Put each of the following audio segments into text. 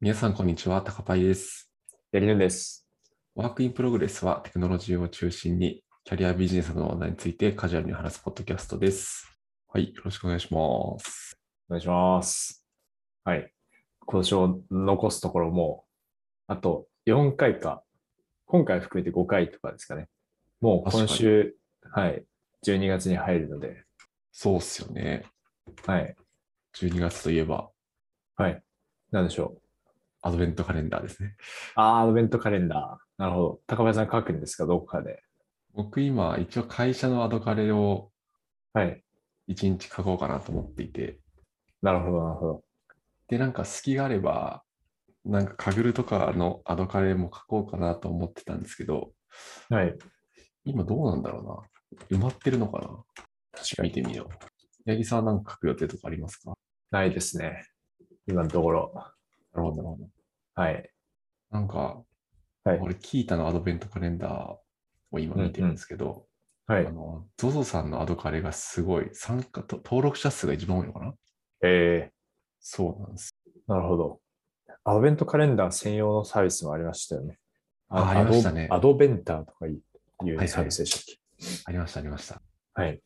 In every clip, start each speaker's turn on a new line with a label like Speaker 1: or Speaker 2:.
Speaker 1: 皆さん、こんにちは。高パイです。
Speaker 2: やりぬです。
Speaker 1: ワークインプログレスはテクノロジーを中心にキャリアビジネスの話題についてカジュアルに話すポッドキャストです。はい、よろしくお願いします。
Speaker 2: お願いします。はい。今年を残すところも、あと4回か、今回含めて5回とかですかね。もう今週、はい、12月に入るので、
Speaker 1: そうっすよね。
Speaker 2: はい、
Speaker 1: 12月といえば
Speaker 2: はい。なんでしょ
Speaker 1: アドベントカレンダーですね。
Speaker 2: う。あー、アドベントカレンダー。なるほど。高林さん書くんですか、どこかで。
Speaker 1: 僕今、一応会社のアドカレを
Speaker 2: はい。
Speaker 1: 1日書こうかなと思っていて、
Speaker 2: なるほど、なるほど。
Speaker 1: で、なんか隙があれば、なんかカグルとかのアドカレも書こうかなと思ってたんですけど、
Speaker 2: はい。
Speaker 1: 今どうなんだろうな。埋まってるのかな
Speaker 2: 確
Speaker 1: 見。てみよう。八木さんは何か書く予定とかありますか
Speaker 2: ないですね。今のところ。
Speaker 1: なるほど、なるほど。
Speaker 2: はい。
Speaker 1: なんか、
Speaker 2: はい
Speaker 1: 俺、キータのアドベントカレンダーを今見てるんですけど、
Speaker 2: はい
Speaker 1: あ。の、ZOZO さんのアドカレがすごい、参加と、登録者数が一番多いのかな
Speaker 2: え
Speaker 1: そうなんです。
Speaker 2: ー、なるほど。アドベントカレンダー専用のサービスもありましたよね。
Speaker 1: あありましたね
Speaker 2: アドアドベンターとかいういう
Speaker 1: はい
Speaker 2: サービスでしたっ
Speaker 1: ありました、ありました。
Speaker 2: け。はい。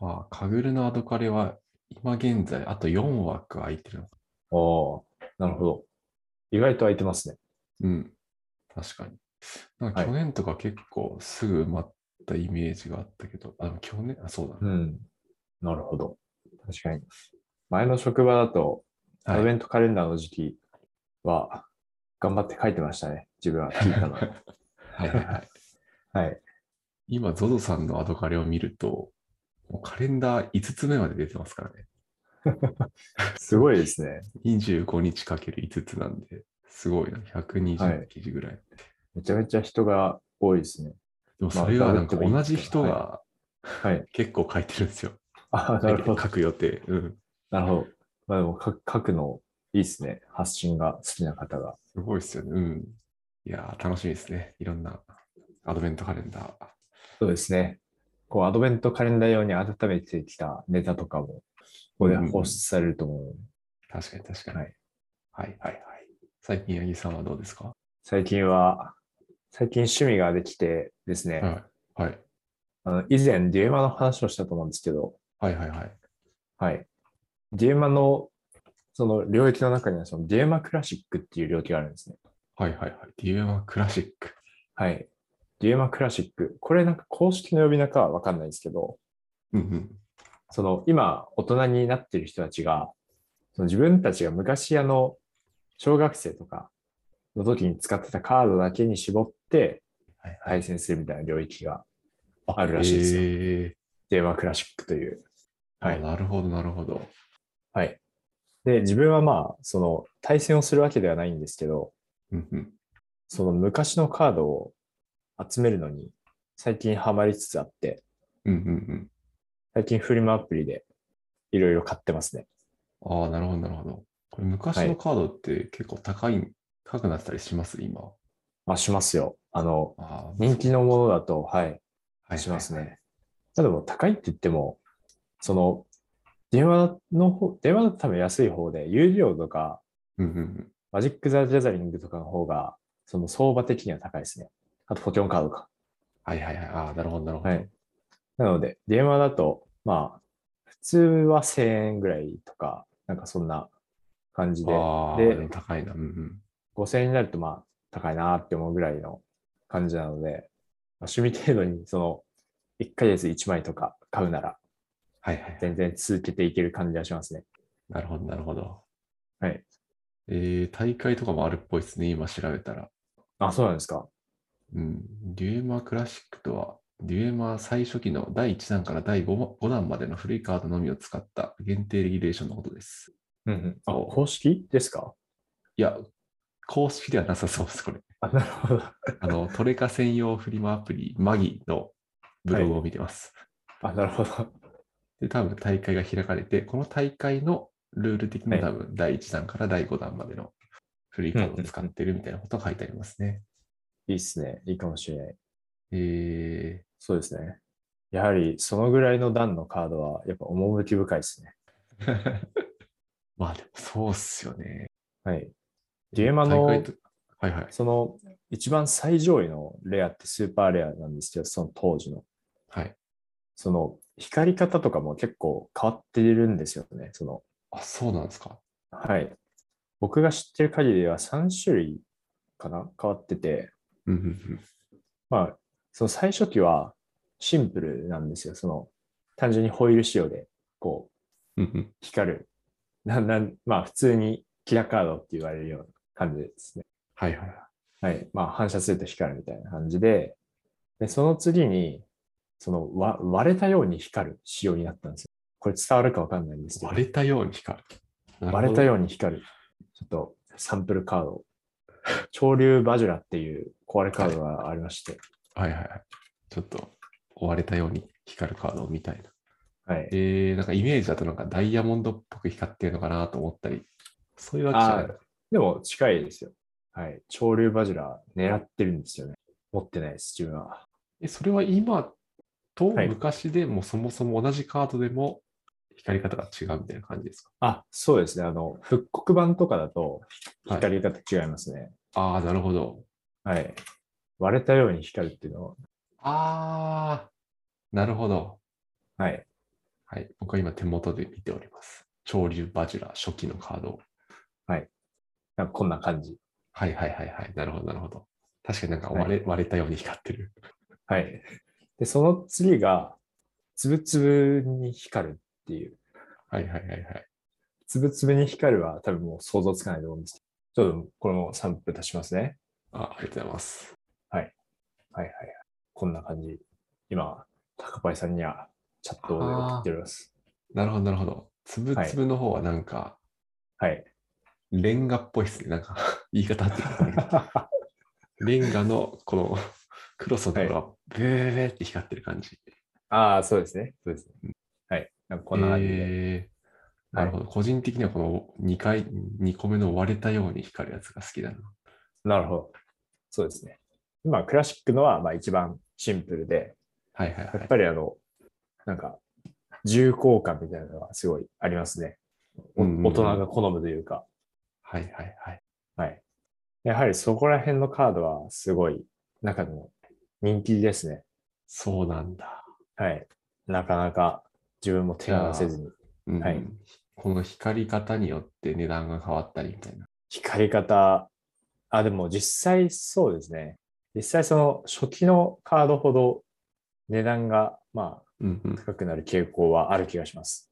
Speaker 1: あ、カグルのアドカレは、今現在、あと4枠空いてるのか。
Speaker 2: おおーなるほど。意外と空いてますね。
Speaker 1: うん。確かに。なんか
Speaker 2: はい
Speaker 1: 去年とか結構すぐ埋まったイメージがあったけど、あ、でも去年、あ、そうだね
Speaker 2: うん。なるほど。確かに。前の職場だと、アドベントカレンダーの時期は、頑張って書いてましたね。自 分は聞いたの。
Speaker 1: はいはいはい。
Speaker 2: はい。
Speaker 1: 今、ZOZO さんのアドカレを見ると、もうカレンダー5つ目まで出てますからね。
Speaker 2: すごいですね。
Speaker 1: 25日かける5つなんで、すごいな、120記事ぐらい。
Speaker 2: めちゃめちゃ人が多いですね。
Speaker 1: でもそれがなんか
Speaker 2: まあ
Speaker 1: 同じ人が
Speaker 2: はい。
Speaker 1: 結構書いてるんですよ。
Speaker 2: ああ、なるほど。
Speaker 1: 書く予定。うん。
Speaker 2: なるほど。まあでも、か書くのいいですね。発信が好きな方が。
Speaker 1: すごいですよね。うん。いやー、楽しみですね。いろんなアドベントカレンダー。
Speaker 2: そうですね。こう、アドベントカレンダー用に温めてきたネタとかも、ここで放出されると思うので、
Speaker 1: 確かに確かに。
Speaker 2: はい
Speaker 1: はいはいはい。最近、八木さんはどうですか
Speaker 2: 最近は、最近趣味ができてですね、
Speaker 1: はい。はい。
Speaker 2: あの以前、デュエマの話をしたと思うんですけど、
Speaker 1: はいはいはい。
Speaker 2: はい。デュエマの、その領域の中には、そのデュエマクラシックっていう領域があるんですね。
Speaker 1: はいはいはい。デュエマクラシック。
Speaker 2: はい。デュエマクラシック。これなんか公式の呼び名かはわかんないですけど、
Speaker 1: うんうん。
Speaker 2: その今大人になってる人たちがその自分たちが昔あの小学生とかの時に使ってたカードだけに絞って
Speaker 1: はい
Speaker 2: 対戦するみたいな領域があるらしいですよ。
Speaker 1: えー
Speaker 2: 電話クラシックという。は
Speaker 1: あ
Speaker 2: い。
Speaker 1: なるほど、なるほど。
Speaker 2: はい、で自分はまあその対戦をするわけではないんですけど
Speaker 1: うんうん。
Speaker 2: その昔のカードを集めるのに最近ハマりつつあって
Speaker 1: うんうん
Speaker 2: 最近フリマアプリでいろいろ買ってますね。
Speaker 1: うん。ああ、なるほど、なるほど。これ昔のカードって結構高い、高くなってたりします、今。
Speaker 2: まあしますよ。あの
Speaker 1: ああ、
Speaker 2: 人気のものだと、はい、
Speaker 1: はい
Speaker 2: します。ね。まあでも高いって言っても、その、電話の方、電話だと多分安い方で、有料とか、
Speaker 1: うんうんうん。
Speaker 2: マジック・ザ・ギャザリングとかの方が、その相場的には高いですね。あとポケモンカードか。
Speaker 1: はいはいはい。ああ、なるほど、なるほど。
Speaker 2: はい。なので、電話だと、まあ、普通は1000円ぐらいとか、なんかそんな感じで、
Speaker 1: ああ、
Speaker 2: で
Speaker 1: でも高いな。うんうん。
Speaker 2: 5000円になるとまあ、高いなって思うぐらいの感じなので、まあ趣味程度に、その、1ヶ月1枚とか買うなら、
Speaker 1: はいはいはい。
Speaker 2: 全然続けていける感じがしますね。
Speaker 1: なるほど、なるほど。
Speaker 2: はい。
Speaker 1: えー、大会とかもあるっぽいですね、今調べたら。
Speaker 2: あ、そうなんですか。
Speaker 1: うん。デュエマクラシックとは、デュエマ最初期の第1弾から第 5, 5弾までの古いカードのみを使った限定レギュレーションのことです。
Speaker 2: うんうん、あ
Speaker 1: そう
Speaker 2: 公式ですか
Speaker 1: いや、公式ではなさそうです、これ。
Speaker 2: あ、なるほど。
Speaker 1: あの、トレカ専用フリマアプリ、マギのブログを見てます。
Speaker 2: あ、なるほど。
Speaker 1: で、多分大会が開かれて、この大会のルール的に
Speaker 2: はい
Speaker 1: 多分第1弾から第5弾までのフリーカードを使ってるみたいなことが書いてありますね。
Speaker 2: いいっすね。いいかもしれない。
Speaker 1: え
Speaker 2: そうですね。やはり、そのぐらいの段のカードは、やっぱ趣 深いですね。
Speaker 1: ーまあでもそうっすよね。
Speaker 2: はい。デュエマ
Speaker 1: 大
Speaker 2: の
Speaker 1: 会とはいはい。
Speaker 2: その一番最上位のレアってスーパーレアなんですけど、その当時の。
Speaker 1: はい。
Speaker 2: その光り方とかも結構変わっているんですよね。その、
Speaker 1: あ、そうなんですか。
Speaker 2: はい。僕が知ってる限りでは3種類かな変わってて、
Speaker 1: うんうんうん。
Speaker 2: まあ、その最初期はシンプルなんですよ。その、単純にホイール仕様で、こう、
Speaker 1: うんうん
Speaker 2: 光る。なんなん、まあ、普通にキラーカードって言われるような感じですね。
Speaker 1: はいはい。
Speaker 2: はい。まあ、反射すると光るみたいな感じで、で、その次に、そのわ割れたように光る仕様になったんですよ。これ伝わるかわかんないんですけど、
Speaker 1: 割れたように光る。
Speaker 2: 割れた
Speaker 1: よ
Speaker 2: ように光る。ちょっとサンプルカ ード。潮流バジュラっていう壊れカードがありまして、
Speaker 1: う。はいはいはい。ちょっと、追われたように光るカードみたいな。
Speaker 2: はい。
Speaker 1: えー、なんかイメージだとなんかダイヤモンドっぽく光ってるのかなと思ったり、そういうわけじゃない。
Speaker 2: でも近いですよ。はい。潮流バジュラ狙ってるんですよね。持ってないです、自分は。
Speaker 1: え、それは今と
Speaker 2: はい
Speaker 1: 昔でもそもそも同じカードでも光り方が違うみたいな感じですか。
Speaker 2: あ、そうですね。あの、復刻版とかだと
Speaker 1: はい
Speaker 2: 光り方違いますね。
Speaker 1: ああ、なるほど。
Speaker 2: はい。割れたように光るっていうのは、
Speaker 1: ああ、なるほど。
Speaker 2: はい。
Speaker 1: はい。僕は今手元で見ております。潮流バジュラ初期のカードを。
Speaker 2: なんかこんな感じ。
Speaker 1: はいはいはいはい。なるほど、なるほど。確かになんか割れ,、割れたように光ってる。
Speaker 2: はい。で、その次が、つぶつぶに光るっていう。
Speaker 1: はいはいはいはい。
Speaker 2: つぶつぶに光るは多分もう想像つかないと思うんですけど、ちょっとこれもサンプル足しますね。
Speaker 1: あありがとうございます。
Speaker 2: はいはいはい。こんな感じ。今、高パイさんにはチャットで送っております。
Speaker 1: なるほど、なるほど。つぶつぶの方はなんか、
Speaker 2: はい。
Speaker 1: レンガっぽいですね。なんか、 言い方あってるかわかんないけどレンガのこのクロスのところがブーブーブーって光ってる感じ。
Speaker 2: ああ、そうですね。そうですね。はい。なんかこんな感じで。
Speaker 1: えー
Speaker 2: は
Speaker 1: ないるほど。個人的にはこの2回、二個目の割れたように光るやつが好きだな。
Speaker 2: なるほど。そうですね。今、クラシックのはまあ一番シンプルで、
Speaker 1: はいはいは
Speaker 2: やっ
Speaker 1: い。
Speaker 2: ぱりあの、なんか、重厚感みたいなのがすごいありますね。お
Speaker 1: うんうんうん
Speaker 2: 大人が好むというか、
Speaker 1: はいはいはい。
Speaker 2: はい。やはりそこら辺のカードはすごい中でも人気ですね。
Speaker 1: そうなんだ。
Speaker 2: はい。なかなか自分も手が出せずに。
Speaker 1: うん
Speaker 2: はい
Speaker 1: この光り方によって値段が変わったりみたいな。
Speaker 2: 光り方、あ、でも実際そうですね。実際その初期のカードほど値段がまあ
Speaker 1: うんうん、
Speaker 2: 高くなる傾向はある気がします。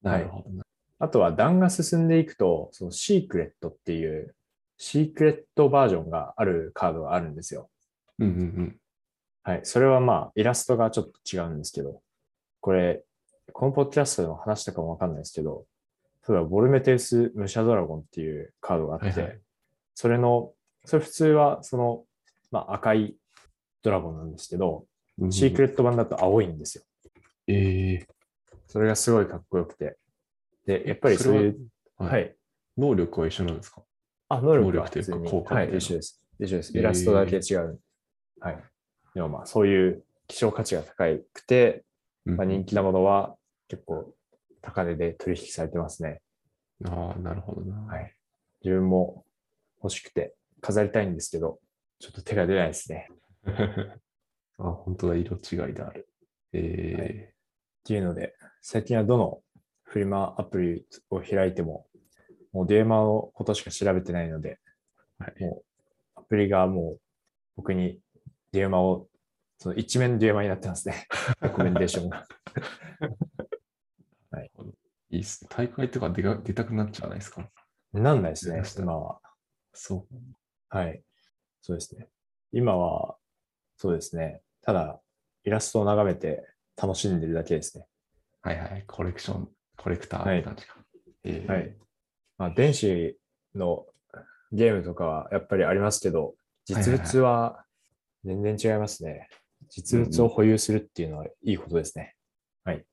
Speaker 1: なるほどな。
Speaker 2: あとは段が進んでいくと、そのシークレットっていう、シークレットバージョンがあるカードがあるんですよ。
Speaker 1: うんうんうん。
Speaker 2: はい。それはまあ、イラストがちょっと違うんですけど、これ、このポッドキャストでも話したかもわかんないですけど、例えば、ボルメテウス・ムシャドラゴンっていうカードがあって、
Speaker 1: はいはい
Speaker 2: それの、それ普通は、その、まあ、赤いドラゴンなんですけど、
Speaker 1: うんうん
Speaker 2: シークレット版だと青いんですよ。
Speaker 1: ええ
Speaker 2: それがすごいかっこよくて。で、やっぱりそういう、
Speaker 1: は、
Speaker 2: はいい。
Speaker 1: 能力は一緒なんですか
Speaker 2: あ、能力
Speaker 1: 能
Speaker 2: は
Speaker 1: 力というか
Speaker 2: 普通に
Speaker 1: 効果み
Speaker 2: は、
Speaker 1: たいない
Speaker 2: 一緒です。一緒です。
Speaker 1: へー
Speaker 2: イラストだけ違う。はい。でもまあ、そういう希少価値が高くて、
Speaker 1: うん
Speaker 2: まあ、人気なものは結構高値で取引されてますね。
Speaker 1: ああ、なるほどな。
Speaker 2: はい。自分も欲しくて飾りたいんですけど、ちょっと手が出ないですね。
Speaker 1: あ、本当だ、色違いである。えー
Speaker 2: はっていうので、最近はどのフリマアプリを開いても、もうデュエマのことしか調べてないので、
Speaker 1: はい
Speaker 2: もうアプリがもう僕にデュエマを、その一面デュエマになってま すね。レコメンデーションが。
Speaker 1: いいっすね大会とか出が出たくなっちゃわないですか
Speaker 2: なんないです
Speaker 1: 出
Speaker 2: ね
Speaker 1: まし、た
Speaker 2: 今は。
Speaker 1: そう。
Speaker 2: はい。そうですね。今は、そうですね。ただ、イラストを眺めて楽しんでるだけですね。
Speaker 1: はいはい、コレクション、コレクターって感じか。えー
Speaker 2: はい。まあ、電子のゲームとかはやっぱりありますけど、実物は全然違いますね。実物を保有するっていうのはいいことですね。
Speaker 1: はい。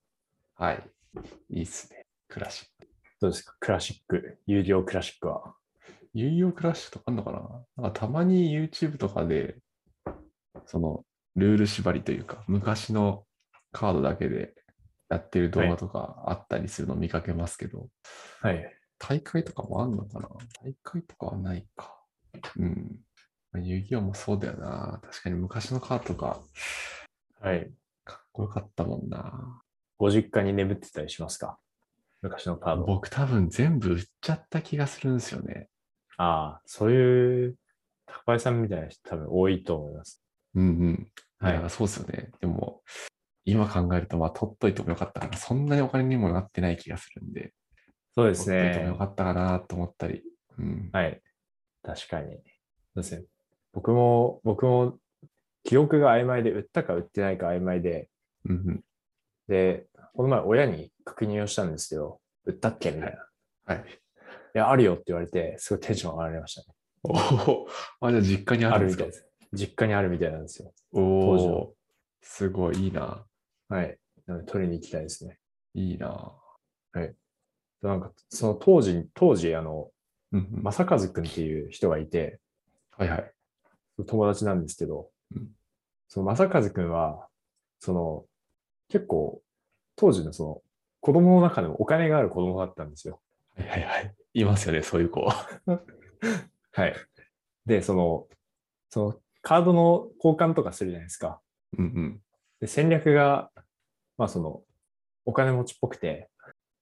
Speaker 1: いいっすね。クラシック。
Speaker 2: どうですかクラシック、有料クラシックは。
Speaker 1: 有料クラシックとかあんのかななんかたまに YouTube とかで、その、ルール縛りというか、昔のカードだけでやってる動画とかあったりするの見かけますけど、
Speaker 2: はい。
Speaker 1: 大会とかもあんのかな大会とかはないか。うん。まあ、遊戯王もそうだよな。確かに昔のカードが
Speaker 2: はい。
Speaker 1: かっこよかったもんな。
Speaker 2: ご実家に眠ってたりしますか昔のカード。
Speaker 1: 僕多分全部売っちゃった気がするんですよね。
Speaker 2: ああ、そういう、高林さんみたいな人多分多いと思います。
Speaker 1: うんうん。
Speaker 2: はい
Speaker 1: いや、そうですよね。でも、今考えると、まあ、取っといてもよかったかな。そんなにお金にもなってない気がするんで、
Speaker 2: そう
Speaker 1: 取
Speaker 2: で
Speaker 1: っ
Speaker 2: す
Speaker 1: といても
Speaker 2: ね
Speaker 1: よ。かったかなと思ったり。うん。
Speaker 2: はい。確かに。そうですね。僕も、僕も、記憶が曖昧で、売ったか売ってないか曖昧で、
Speaker 1: うんうん。
Speaker 2: で、この前親に確認をしたんですけど、売ったっけみたいな。
Speaker 1: はい。
Speaker 2: いや、あるよって言われて、すごいテンション上がりましたね。
Speaker 1: おお、あ、じゃあ実家にあ
Speaker 2: あ
Speaker 1: るん
Speaker 2: る
Speaker 1: で
Speaker 2: み
Speaker 1: す
Speaker 2: た
Speaker 1: か
Speaker 2: いです。実家にあるみたいなんですよ。
Speaker 1: お
Speaker 2: 当時の
Speaker 1: お、すごいいいな。
Speaker 2: はい。なので取りに行きたいですね。
Speaker 1: いいな。
Speaker 2: なんか、その当時、当時、あの、
Speaker 1: うんうん、
Speaker 2: 正和くんっていう人がいて、
Speaker 1: はいはい。
Speaker 2: 友達なんですけど
Speaker 1: うん、
Speaker 2: その正和くんは、その、結構、当時のその、子供の中でもお金がある子供だったんですよ。
Speaker 1: はいはいはい。いますよね、そういう子。
Speaker 2: はい。で、その、その、カードの交換とかするじゃないですか。
Speaker 1: うんうん。
Speaker 2: で戦略が、まあその、お金持ちっぽくて、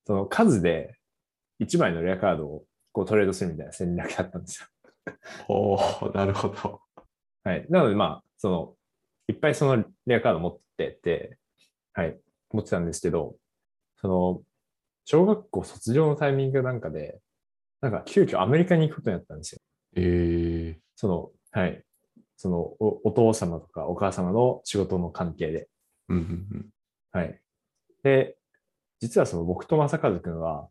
Speaker 2: その数で1枚のレアカードをこうトレードするみたいな戦略だったんですよ。
Speaker 1: おお、なるほど。
Speaker 2: はい。なのでまあ、その、いっぱいそのレアカード持ってて、はい、持ってたんですけど、その、小学校卒業のタイミングなんかで、なんか急遽アメリカに行くことになったんですよ。
Speaker 1: ええ
Speaker 2: その、はい。そのお、お父様とかお母様の仕事の関係で。
Speaker 1: うんうん
Speaker 2: はい。で、実はその僕と正和くんは、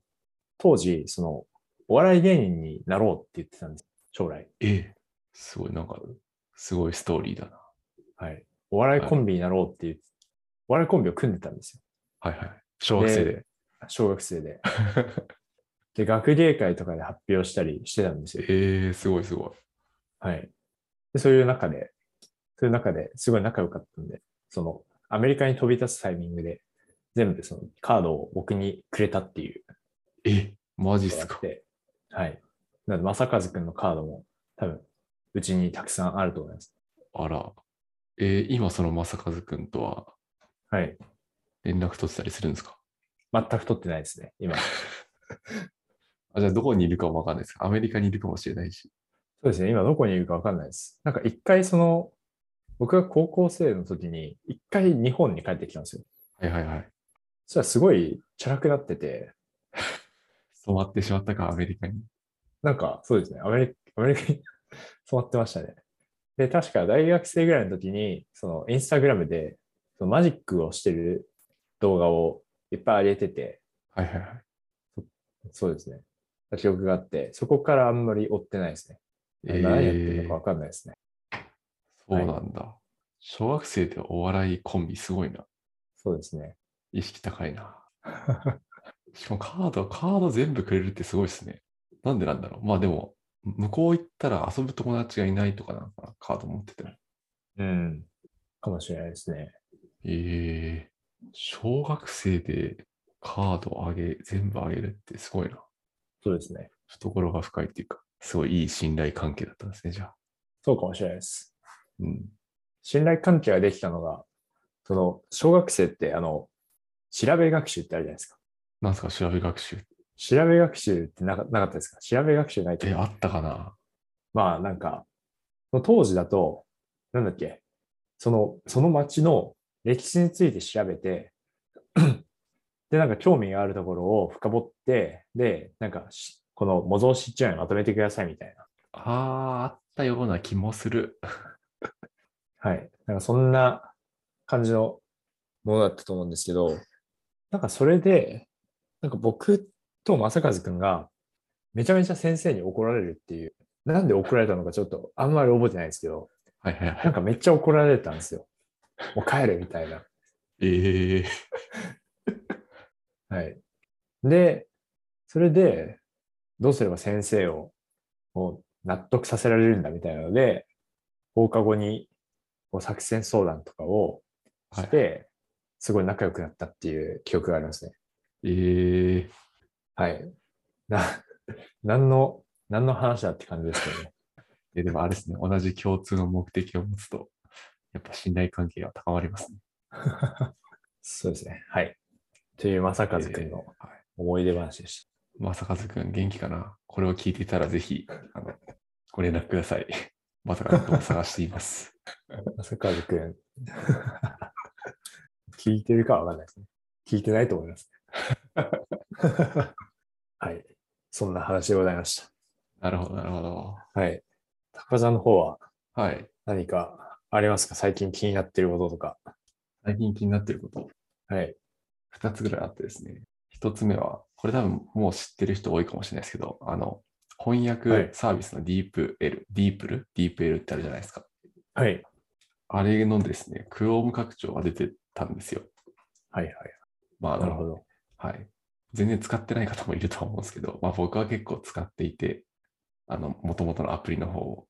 Speaker 2: 当時、その、お笑い芸人になろうって言ってたんです。将来。
Speaker 1: ええすごい、なんか、すごいストーリーだな。
Speaker 2: はい。お笑いコンビになろうっていう、お笑いコンビを組んでたんですよ。
Speaker 1: はいはい。小学生で。
Speaker 2: 小学生で。 で、学芸会とかで発表したりしてたんですよ。
Speaker 1: ええすごいすごい。
Speaker 2: はい。でそういう中で、そういう中ですごい仲良かったんで、その、アメリカに飛び立つタイミングで、全部そのカードを僕にくれたっていう
Speaker 1: え、マジっ
Speaker 2: もら
Speaker 1: す
Speaker 2: っ
Speaker 1: か。
Speaker 2: て、はい。なので、正和くんのカードも多分、うちにたくさんあると思います。
Speaker 1: あら。えー今その正和くんとは
Speaker 2: はい。
Speaker 1: 連絡取ってたりするんですか
Speaker 2: 全く取ってないですね、今。そ
Speaker 1: あじゃあどこにいるかもわかんないですかアメリカにいるかもしれないし。
Speaker 2: うですね、今どこにいるかわかんないです。なんか一回その、僕が高校生の時に、一回日本に帰ってきたんですよ。
Speaker 1: はいはいはい。
Speaker 2: そしたらすごいチャラくなってて、
Speaker 1: 染まってしまったか、アメリカに。
Speaker 2: なんかそうですね、アメリカ、アメリカに 染まってましたね。で、確か大学生ぐらいの時に、そのインスタグラムで、そのマジックをしてる動画をいっぱい上げてて、
Speaker 1: はいはいはい。
Speaker 2: そうですね。記憶があって、そこからあんまり追ってないですね。
Speaker 1: え
Speaker 2: 何やってるの
Speaker 1: ー
Speaker 2: かわかんないですね。
Speaker 1: そうなんだ、小学生でお笑いコンビすごいな。
Speaker 2: そうですね。
Speaker 1: 意識高い な。しかもカード、カード全部くれるってすごいですね。なんでなんだろう。まあでも、向こう行ったら遊ぶ友達がいないとかなんかな、カード持ってても。
Speaker 2: うん。かもしれないですね。
Speaker 1: ええ小学生でカード上げ、全部上げるってすごいな。
Speaker 2: そうですね。
Speaker 1: 懐が深いっていうか、すごいいい信頼関係だったんですね、じゃあ。
Speaker 2: そうかもしれないです。
Speaker 1: うん。
Speaker 2: 信頼関係ができたのが、その、小学生って、あの、調べ学習ってあるじゃないですか。
Speaker 1: なんすか、調べ学習って。
Speaker 2: 調べ学習ってなかなかったですか調べ学習ないと
Speaker 1: え、。あったかな
Speaker 2: まあ、なんか、その当時だと、なんだっけ、その、その町の歴史について調べて、 で、なんか興味があるところを深掘って、で、なんかし、この模造紙一枚まとめてくださいみたい
Speaker 1: ああ、あったような気もする。
Speaker 2: な。はい。なんかそんな感じのものだったと思うんですけど、なんかそれで、なんか僕と正和くんが、めちゃめちゃ先生に怒られるっていう、なんで怒られたのかちょっとあんまり覚えてないですけど、
Speaker 1: はいはいは
Speaker 2: ないん。かめっちゃ怒られたんですよ。もう帰れみたいな。
Speaker 1: ええ
Speaker 2: はい。で、それで、どうすれば先生をこう納得させられるんだみたいなので、放課後にこう作戦相談とかをして、すごい仲良くなったっていう記憶がありますね。
Speaker 1: ええ
Speaker 2: はい。な 何の、何の話だって感じですけどね。
Speaker 1: いやでもあれですね、同じ共通の目的を持つと、やっぱ信頼関係が高まりますね。
Speaker 2: そうですね。はい。という、正和くんの
Speaker 1: はい
Speaker 2: 思い出話でし
Speaker 1: まさかずくん、元気かなこれを聞いていたらぜひ、あの、ご連絡ください。まさかずくんを探しています。
Speaker 2: た。正和くん。聞いてるかわかんないですね。聞いてないと思います。はい。そんな話でございまし
Speaker 1: なるほど、なるほど。
Speaker 2: た。はい。高田さんの方は
Speaker 1: はい。
Speaker 2: 何かありますか最近気になってることとか。
Speaker 1: 最近気になってること、
Speaker 2: はい。
Speaker 1: 2つぐらいあってですね。1つ目は、これ多分もう知ってる人多いかもしれないですけど、あの、翻
Speaker 2: はい
Speaker 1: 訳サービスのディープ L、ディープル、ディープ L ってあるじゃないですか。
Speaker 2: はい。
Speaker 1: あれのですね、Chrome 拡張が出てたんですよ。
Speaker 2: はいはい。
Speaker 1: まあ、あの
Speaker 2: なるほど。
Speaker 1: はい。全然使ってない方もいるとは思うんですけど、まあ僕は結構使っていて、あの、もともとのアプリの方を。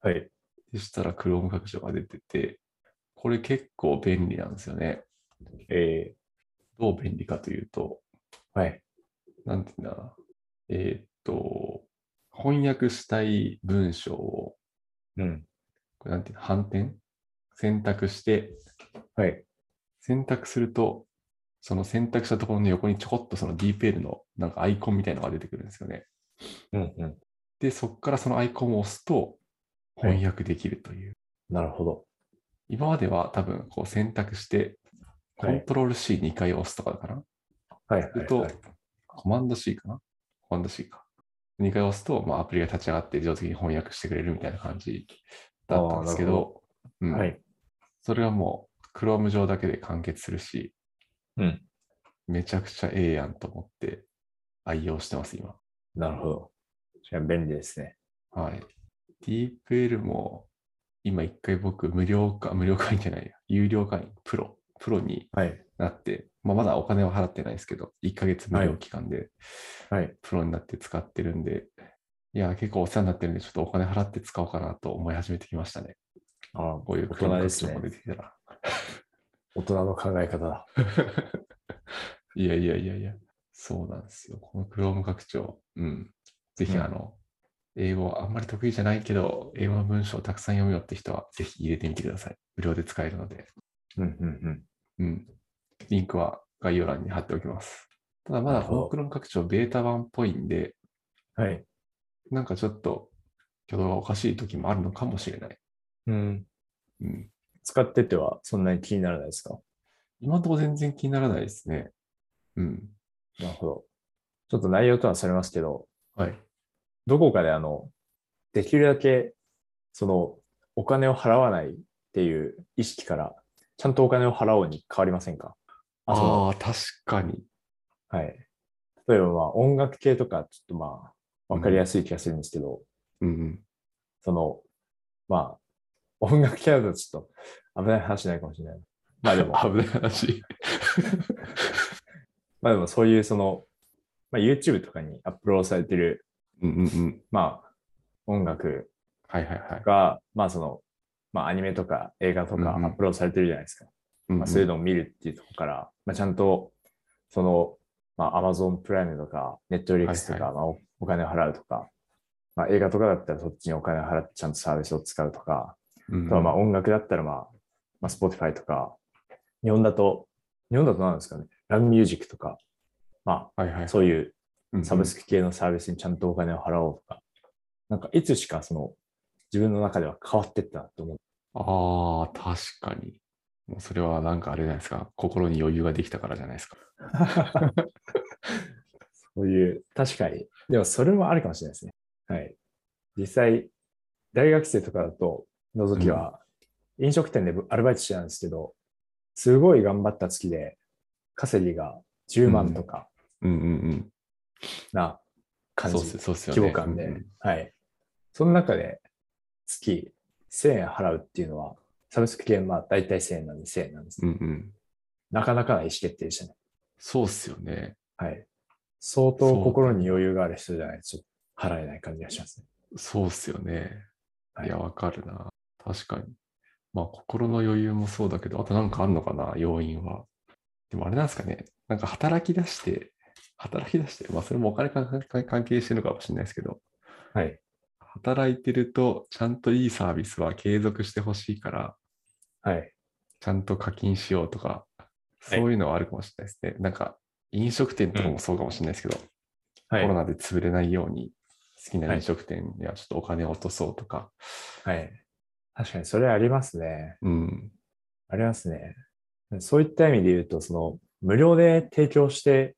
Speaker 2: はい。
Speaker 1: そしたら Chrome 拡張が出てて、これ結構便利なんですよね。
Speaker 2: え
Speaker 1: どう便利かというと、
Speaker 2: ー、はい。
Speaker 1: なんていうんだろうな。えーっと、翻訳したい文章を、
Speaker 2: うん。
Speaker 1: これなんていうの、反転選択して、
Speaker 2: はい。
Speaker 1: 選択すると、その選択したところの横にちょこっとその DeepL のなんかアイコンみたいなのが出てくるんですよね。
Speaker 2: うんう
Speaker 1: で、そこからそのアイコンを押すと
Speaker 2: はい
Speaker 1: 翻訳できるという。
Speaker 2: ん。なるほど。
Speaker 1: 今までは多分こう選択して、コ
Speaker 2: は
Speaker 1: ン
Speaker 2: い。
Speaker 1: トロール C2 回押すとかかな。
Speaker 2: はい。
Speaker 1: する
Speaker 2: はい。
Speaker 1: と
Speaker 2: はい、
Speaker 1: コマンド C かなコマンド C か。2回押すと、まあ、アプリが立ち上がって自動的に翻訳してくれるみたいな感じだったんですけ
Speaker 2: あーなる
Speaker 1: ど、うん
Speaker 2: はい。
Speaker 1: それはもう Chrome 上だけで完結するし、
Speaker 2: うん。
Speaker 1: めちゃくちゃええやんと思って愛用してます、今。
Speaker 2: なるほど。じゃあ便利ですね。
Speaker 1: はい。DeepL も、今一回僕、無料か、無料会員じゃないや、有料会員、プロ、プロに
Speaker 2: はい。
Speaker 1: なって、まあ、まだお金は払ってないですけど、1ヶ月無料期間で、
Speaker 2: はい。
Speaker 1: プロになって使ってるんで、いや、結構お世話になってるんで、ちょっとお金払って使おうかなと思い始めてきましたね。
Speaker 2: ああ、
Speaker 1: こういう
Speaker 2: 大
Speaker 1: クロー
Speaker 2: 人
Speaker 1: ム
Speaker 2: です
Speaker 1: も
Speaker 2: ね
Speaker 1: 出。てきたら。
Speaker 2: 大人の考え方だ。
Speaker 1: いやいやいやいや、そうなんですよ。この Chrome 拡張、うん。ぜひ、
Speaker 2: うん
Speaker 1: あの、英語はあんまり得意じゃないけど、英語の文章をたくさん読むよって人は、ぜひ入れてみてください。無料で使えるので。
Speaker 2: うんうん
Speaker 1: うん。リンクは概要欄に貼っておきます。ただ、まだ
Speaker 2: なるほど
Speaker 1: この Chrome 拡張、ベータ版っぽいんで、
Speaker 2: うん。はい。
Speaker 1: なんかちょっと、挙動がおかしい時もあるのかもしれない。
Speaker 2: うん。
Speaker 1: うん。
Speaker 2: 使っててはそんなに気にならないですか
Speaker 1: 今のところ全然気にならないですね。うん。
Speaker 2: なるほど。ちょっと内容とはそれますけど、
Speaker 1: はい。
Speaker 2: どこかであの、できるだけ、その、お金を払わないっていう意識から、ちゃんとお金を払おうに変わりませんかその
Speaker 1: ああー、確かに。
Speaker 2: はい。例えば、まあ、音楽系とか、ちょっとまあ、わかりやすい気がするんですけど、
Speaker 1: うんうん。
Speaker 2: その、まあ、音楽系だとちょっと危ない話になるかもしれない。まあでも、
Speaker 1: 危ない話。
Speaker 2: まあでもそういうその、まあ、YouTube とかにアップロードされてる、
Speaker 1: うんうんうん。
Speaker 2: まあ、音楽
Speaker 1: はいはいはい。
Speaker 2: が、まあその、まあアニメとか映画とか
Speaker 1: うんうん
Speaker 2: アップロードされてるじゃないですか。
Speaker 1: ま
Speaker 2: まあそういうのを見るっていうところから、まあちゃんと、その、まあ Amazon プライムとか Netflix とか、
Speaker 1: は
Speaker 2: まあおお金を払うとか、まあ映画とかだったらそっちにお金を払ってちゃんとサービスを使うとか、あとはまあ音楽だったら、まあ、まあ、Spotify とか、日本だと、日本だと何ですかね、ラブミュージックとか、ま
Speaker 1: はいは
Speaker 2: あ、
Speaker 1: い。
Speaker 2: そういう
Speaker 1: うんうん
Speaker 2: サブスク系のサービスにちゃんとお金を払おうとか、なんかいつしかその自分の中では変わってったなと思う。
Speaker 1: ああ、確かに。もうそれはなんかあれじゃないですか。心に余裕ができたからじゃないですか。
Speaker 2: そういう、確かに。でもそれもあるかもしれないですね。はい。実際、大学生とかだと、の時は、飲食店でアルバイトしてたんですけど、すごい頑張った月で、稼ぎが10万とか、
Speaker 1: うんうん
Speaker 2: な
Speaker 1: うん。
Speaker 2: 感
Speaker 1: そうっ
Speaker 2: じ、
Speaker 1: すそうっすよね。
Speaker 2: 規模感で、
Speaker 1: うんうん
Speaker 2: はい。その中で月1000円払うっていうのは、サブスク系、まあ大体1000円なんで1000円なんです、
Speaker 1: うんうん。
Speaker 2: なかなかな意思決定でしたね。
Speaker 1: そうっすよね。
Speaker 2: はい。相当
Speaker 1: そう
Speaker 2: 心に余裕がある人じゃないとちょっと払えない感じがしますね。
Speaker 1: そうっすよね。
Speaker 2: はい
Speaker 1: いや、わかるな。確かに。まあ、心の余裕もそうだけど、あとなんかあんのかな、要因は。でもあれなんですかね。なんか働き出して、働き出して、まあそれもお金かか関係してるのかもしれないですけど、
Speaker 2: はい。
Speaker 1: 働いてるとちゃんといいサービスは継続してほしいから、
Speaker 2: はい。
Speaker 1: ちゃんと課金しようとか、
Speaker 2: はい
Speaker 1: そういうのはあるかもしれないですね。なんか、飲食店とかもそうかもしれないですけど、
Speaker 2: は
Speaker 1: コロ
Speaker 2: い。
Speaker 1: ナで潰れないように、好きな
Speaker 2: はい
Speaker 1: 飲食店にはちょっとお金を落とそうとか、
Speaker 2: はい。確かにそれありますね。
Speaker 1: うん、
Speaker 2: ありますね。そういった意味で言うと、その、無料で提供して、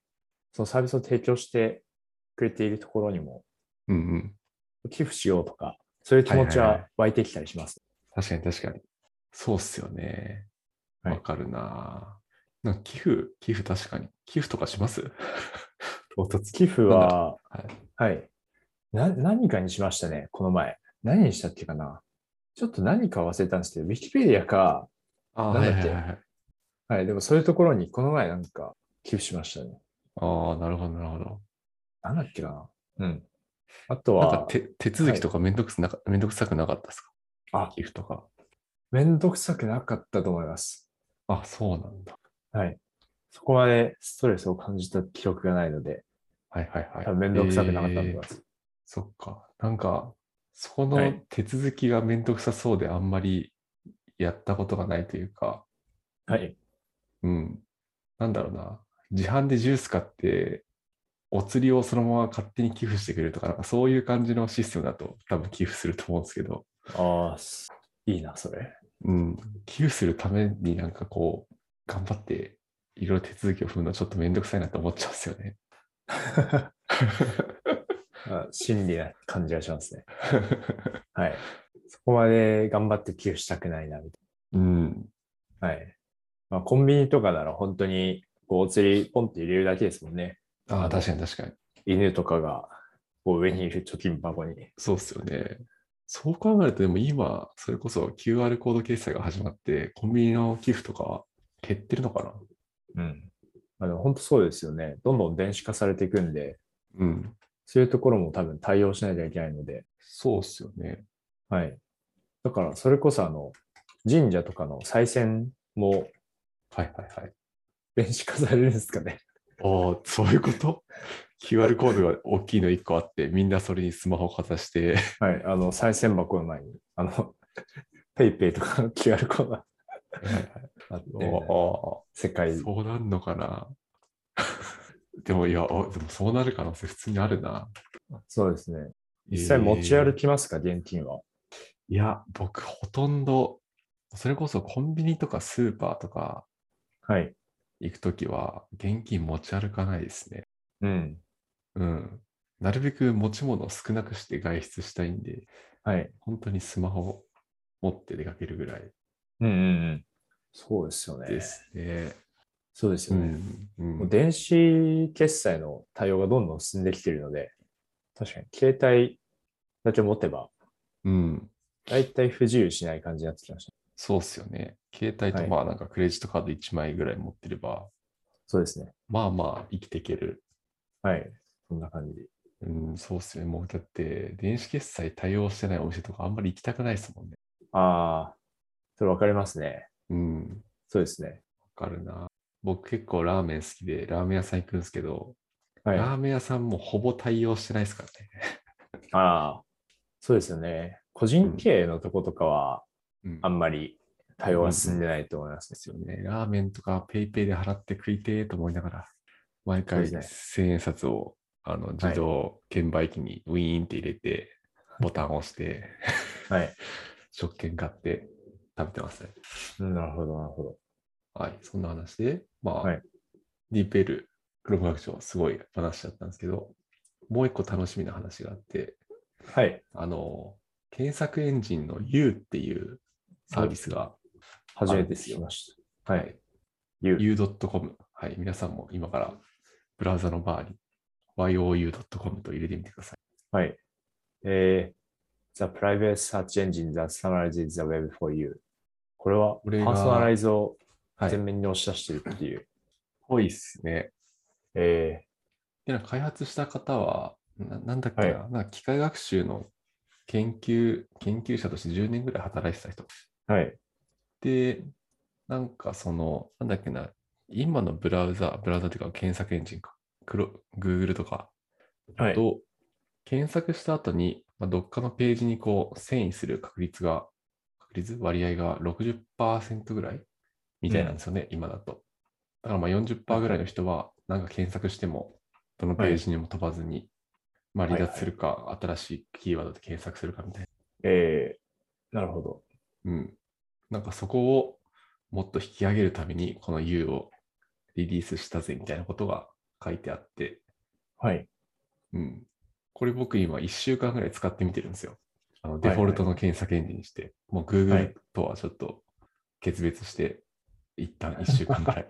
Speaker 2: そのサービスを提供してくれているところにも、
Speaker 1: うん、うん。
Speaker 2: 寄付しようとか、そういう気持ち
Speaker 1: はいはいは
Speaker 2: は湧いてきたりします。
Speaker 1: 確かに確かに。そうっすよね。
Speaker 2: はい
Speaker 1: わかるな、なんか寄付、寄付確かに。寄付とかします 唐突
Speaker 2: 寄付は、
Speaker 1: なんだ
Speaker 2: はい。な、何かにしましたね、この前。何にしたっけかな。ちょっと何か忘れたんですけど、ウィキペディアか、
Speaker 1: あ
Speaker 2: な
Speaker 1: あ
Speaker 2: ん
Speaker 1: ー、は
Speaker 2: だっ
Speaker 1: いは
Speaker 2: け
Speaker 1: いはいはい。
Speaker 2: はい、でもそういうところにこの前なんか寄付しましたね。
Speaker 1: ああ、なるほど、なるほど。
Speaker 2: なんだっけかな。うん。あと
Speaker 1: なんか
Speaker 2: は、
Speaker 1: 手手続きとかめんどくさなか、めんどくさくなかったですか
Speaker 2: あ
Speaker 1: 寄付とか。
Speaker 2: めんどくさくなかったと思います。
Speaker 1: あ、そうなんだ。
Speaker 2: はい。そこまでストレスを感じた記憶がないので、
Speaker 1: はいはいはい。
Speaker 2: 多分めんどくさくなかったと思
Speaker 1: え
Speaker 2: い
Speaker 1: ー
Speaker 2: ます。
Speaker 1: そっか。なんか、そこ
Speaker 2: は
Speaker 1: の
Speaker 2: い
Speaker 1: 手続きがめんどくさそうであんまりやったことがないというか、
Speaker 2: はい。
Speaker 1: うん。なんだろうな。自販でジュース買って、お釣りをそのまま勝手に寄付してくれるとか、なんかそういう感じのシステムだと多分寄付すると思うんですけど、
Speaker 2: ああ、すいいな、それ。
Speaker 1: うん。寄付するためになんかこう、頑張っていろいろ手続きを踏むのちょっとめんどくさいなと思っちゃうんですよ ね。
Speaker 2: あ真理な感じがしますね。 はい。そこまで頑張って寄付したくないな、みたい
Speaker 1: うん。
Speaker 2: な。はい。まあ、コンビニとかなら本当に、こう、お釣りポンって入れるだけですもんね。
Speaker 1: ああ、確かに確かに。
Speaker 2: 犬とかが、こう、上にいる貯金箱に。
Speaker 1: そうっすよね。そう考えると、でも今、それこそ QR コード決済が始まって、コンビニの寄付とかは減ってるのかな
Speaker 2: うん。まあ、でも本当そうですよね。どんどん電子化されていくんで、
Speaker 1: うん。
Speaker 2: そういうところも多分対応しなきゃいけないので、
Speaker 1: そうっすよね。
Speaker 2: はい。だから、それこそ、あの、神社とかの再選も
Speaker 1: はいはいはい。
Speaker 2: 電子化されるんですかね。
Speaker 1: ああ、そういうこと ?QR コードが大きいの1個あって、みんなそれにスマホかざして、
Speaker 2: はい。あの、再選箱の前に、あの、ペイペイとかの QR コードがあって、
Speaker 1: ああ、そ
Speaker 2: 世界、
Speaker 1: うなんのかな でもいや、あでもそうなる可能性普通にあるな。
Speaker 2: そうですね。実際持ち歩きますか、現金は。
Speaker 1: いや、僕ほとんど、それこそコンビニとかスーパーとか、
Speaker 2: はい。
Speaker 1: 行くときは、現金持ち歩かないですね。
Speaker 2: うん。
Speaker 1: うん。なるべく持ち物を少なくして外出したいんで、
Speaker 2: はい。
Speaker 1: 本当にスマホを持って出かけるぐらい
Speaker 2: うんうんうん。そうですよね。
Speaker 1: ですね。
Speaker 2: そうです
Speaker 1: う
Speaker 2: よね。
Speaker 1: ん。う、
Speaker 2: もうん電子決済の対応がどんどん進んできているので、確かに携帯だけ持てば、
Speaker 1: うん
Speaker 2: だいたい不自由しない感じになってきました。
Speaker 1: そうっすよね。携帯
Speaker 2: は
Speaker 1: と
Speaker 2: い
Speaker 1: まあなんかクレジットカード1枚ぐらい持ってれば、
Speaker 2: そうですね。
Speaker 1: まあまあ生きていける。
Speaker 2: はい。そんな感じ。
Speaker 1: うん、そうっすよね。もうだって、電子決済対応してないお店とかあんまり行きたくないですもんね。
Speaker 2: ああ、それわかりますね。
Speaker 1: うん。
Speaker 2: そうですね。
Speaker 1: わかるな。僕結構ラーメン好きで、ラーメン屋さん行くんですけど、
Speaker 2: はい。あ
Speaker 1: ラーメン屋さんもほぼ対応してないですからね。
Speaker 2: あ、そうですよね。個人経営のとことかは、
Speaker 1: うん
Speaker 2: あんまり対応が進んでないと思います
Speaker 1: で
Speaker 2: ね。
Speaker 1: すよね。ラーメンとかペイペイで払って食いてーと思いながら、毎回
Speaker 2: そうです
Speaker 1: 1000円札をあの自動券売機にウィーンって入れて、ボタンを押して、
Speaker 2: はい。
Speaker 1: 食券買って食べてますね。
Speaker 2: うんなるほど、なるほど。
Speaker 1: はい、そんな話で、まあ、
Speaker 2: はい
Speaker 1: ディーペル、クロム学長、すごい話だったんですけど、もう一個楽しみな話があって、
Speaker 2: はい。
Speaker 1: あの、検索エンジンの U っていうサービスが、
Speaker 2: 初めて聞きました。はい。言う。
Speaker 1: u.com。はい。皆さんも今からブラウザのバーに you.com と入れてみてください。
Speaker 2: はい。えー、The private search engine that summarizes the web for you. これは
Speaker 1: これが
Speaker 2: パーソナライズを
Speaker 1: はい。
Speaker 2: 全面に押し出してるっていう。
Speaker 1: ぽいっすね。
Speaker 2: え
Speaker 1: で、なんか開発した方は、ななんだっけな、
Speaker 2: はい
Speaker 1: なんか機械学習の研究、研究者として10年ぐらい働いてた人。
Speaker 2: ー、はい。
Speaker 1: で、なんかその、なんだっけな、今のブラウザ、ブラウザっていうか検索エンジンか。クロ Google とか
Speaker 2: はい。
Speaker 1: と、検索した後に、まあ、どっかのページにこう、遷移する確率が、確率割合が60%ぐらいみたいなんですよね、今だと。だからまあ40%ぐらいの人は、なんか検索しても、どのページにも飛ばずに、まあ離脱するか、新しいキーワードで検索するかみたい
Speaker 2: えー、なるほど。
Speaker 1: な。うん。なんかそこをもっと引き上げるために、この U をリリースしたぜみたいなことが書いてあって、
Speaker 2: はい。
Speaker 1: うん。これ僕今1週間ぐらい使ってみてるんですよ。あのデフォルトの検索エンジンにして、もう
Speaker 2: は
Speaker 1: Google
Speaker 2: い
Speaker 1: とはちょっと決別して、一旦1週間ぐ らい。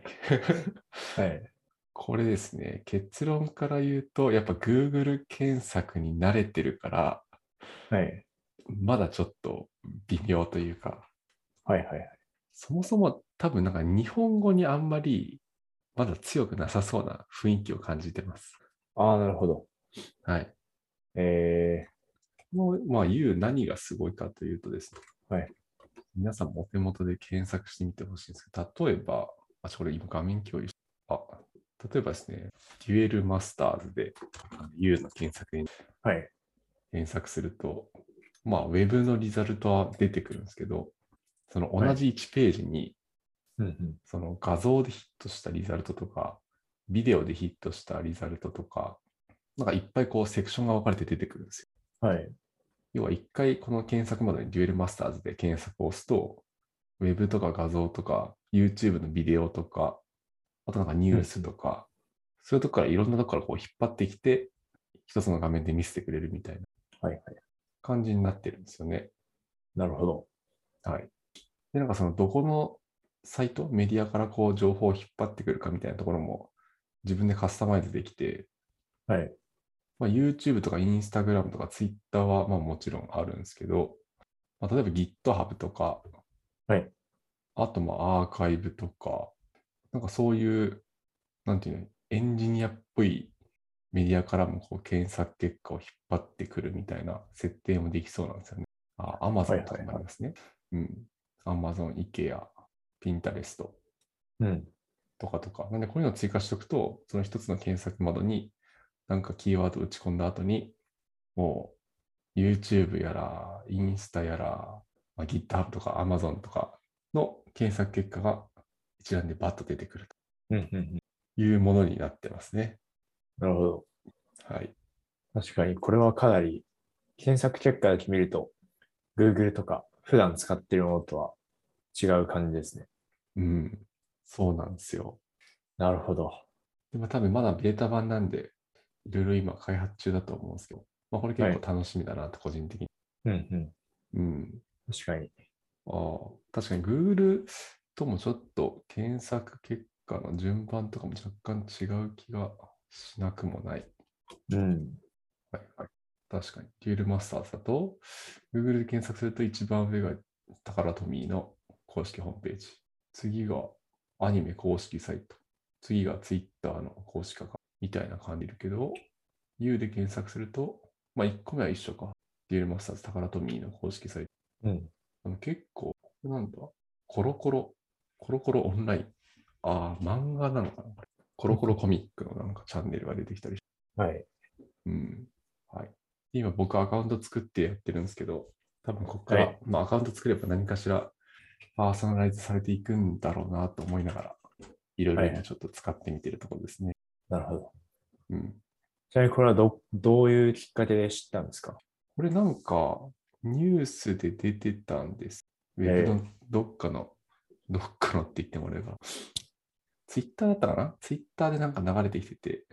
Speaker 2: はい。
Speaker 1: これですね、結論から言うと、やっぱ Google 検索に慣れてるから、
Speaker 2: はい。
Speaker 1: まだちょっと微妙というか、
Speaker 2: はい。はい。
Speaker 1: そもそも多分なんか日本語にあんまりまだ強くなさそうな雰囲気を感じてます。
Speaker 2: ああ、なるほど。
Speaker 1: はい。
Speaker 2: え
Speaker 1: もう、まあ、言う何がすごいかというとですね、
Speaker 2: はい
Speaker 1: 皆さんもお手元で検索してみてほしいんですけど、例えば、あ、ちょこれ今画面共有しあ、例えばですね、デュエルマスターズで U の検索で
Speaker 2: ー、はい。
Speaker 1: 検索すると、まあ、ウェブのリザルトは出てくるんですけど、その
Speaker 2: は
Speaker 1: 同
Speaker 2: い
Speaker 1: じ1ページに、
Speaker 2: うんうん。
Speaker 1: その画像でヒットしたリザルトとか、ビデオでヒットしたリザルトとか、なんかいっぱいこうセクションが分かれて出てくるんですよ
Speaker 2: はい。
Speaker 1: 要は一回この検索窓にデュエルマスターズで検索を押すと、ウェブとか画像とか、YouTube のビデオとか、あとなんかニュースとか、そういうとこからいろんなとこからこう引っ張ってきて、一つの画面で見せてくれるみたいな
Speaker 2: はい。はい。
Speaker 1: 感じになってるんですよね。
Speaker 2: なるほど。
Speaker 1: はい。で、なんかそのどこのサイト、メディアからこう情報を引っ張ってくるかみたいなところも自分でカスタマイズできて、
Speaker 2: はい。
Speaker 1: まあ、YouTube とか Instagram とか Twitter はまあもちろんあるんですけど、まあ、例えば GitHub とか、
Speaker 2: はい
Speaker 1: あとまあアーカイブとか、なんかそういう、なんていうの、エンジニアっぽいメディアからもこう検索結果を引っ張ってくるみたいな設定もできそうなんですよね。あ、Amazon とかもありますね。うん。Amazon、IKEA、Pinterest
Speaker 2: うん。
Speaker 1: とかとか。なんで、こういうのを追加しておくと、その一つの検索窓に、なんかキーワードを打ち込んだ後に、もう YouTube やら、インスタやら、まあ、GitHub とか Amazon とかの検索結果が一覧でバッと出てくる
Speaker 2: うん。うんうん。
Speaker 1: というものになってますね。
Speaker 2: なるほど。
Speaker 1: はい。
Speaker 2: 確かに、これはかなり、検索結果だけ見ると、Google とか、普段使っているものとは違う感じですね。
Speaker 1: うん。そうなんですよ。
Speaker 2: なるほど。
Speaker 1: でも多分まだベータ版なんで、いろいろ今開発中だと思うんですけど、まあ、これ結構楽しみだなって個人的に。
Speaker 2: うんうん。
Speaker 1: うん。
Speaker 2: 確かに。
Speaker 1: ああ、確かに Google ともちょっと検索結果の順番とかも若干違う気がしなくもない。
Speaker 2: うん。
Speaker 1: はいはい。確かに。デュエルマスターズだと、Google で検索すると一番上がタカラトミーの公式ホームページ。次がアニメ公式サイト。次が Twitter の公式アカウントみたいな感じるけど、U で検索すると、まあ1個目は一緒か。デュエルマスターズ、タカラトミーの公式サイト。
Speaker 2: うん。
Speaker 1: でも結構、なんだ、コロコロ、コロコロオンライン。ああ、漫画なのかなこれコロコロコミックのなんかチャンネルが出てきたりし
Speaker 2: はい。
Speaker 1: うん。はい。今僕アカウント作ってやってるんですけど、多分ここから、
Speaker 2: はい
Speaker 1: まあアカウント作れば何かしらパーソナライズされていくんだろうなと思いながら、いろいろ
Speaker 2: は
Speaker 1: 今
Speaker 2: い
Speaker 1: ちょっと使ってみてるところですね。
Speaker 2: なるほど。
Speaker 1: うん。
Speaker 2: ちなみにこれはど、どういうきっかけで知ったんですか
Speaker 1: これなんかニュースで出てたんです。ウ
Speaker 2: ええ
Speaker 1: ェブのどっかの、どっかのって言ってもらえば。ツイッターだったかなツイッターでなんか流れてきてて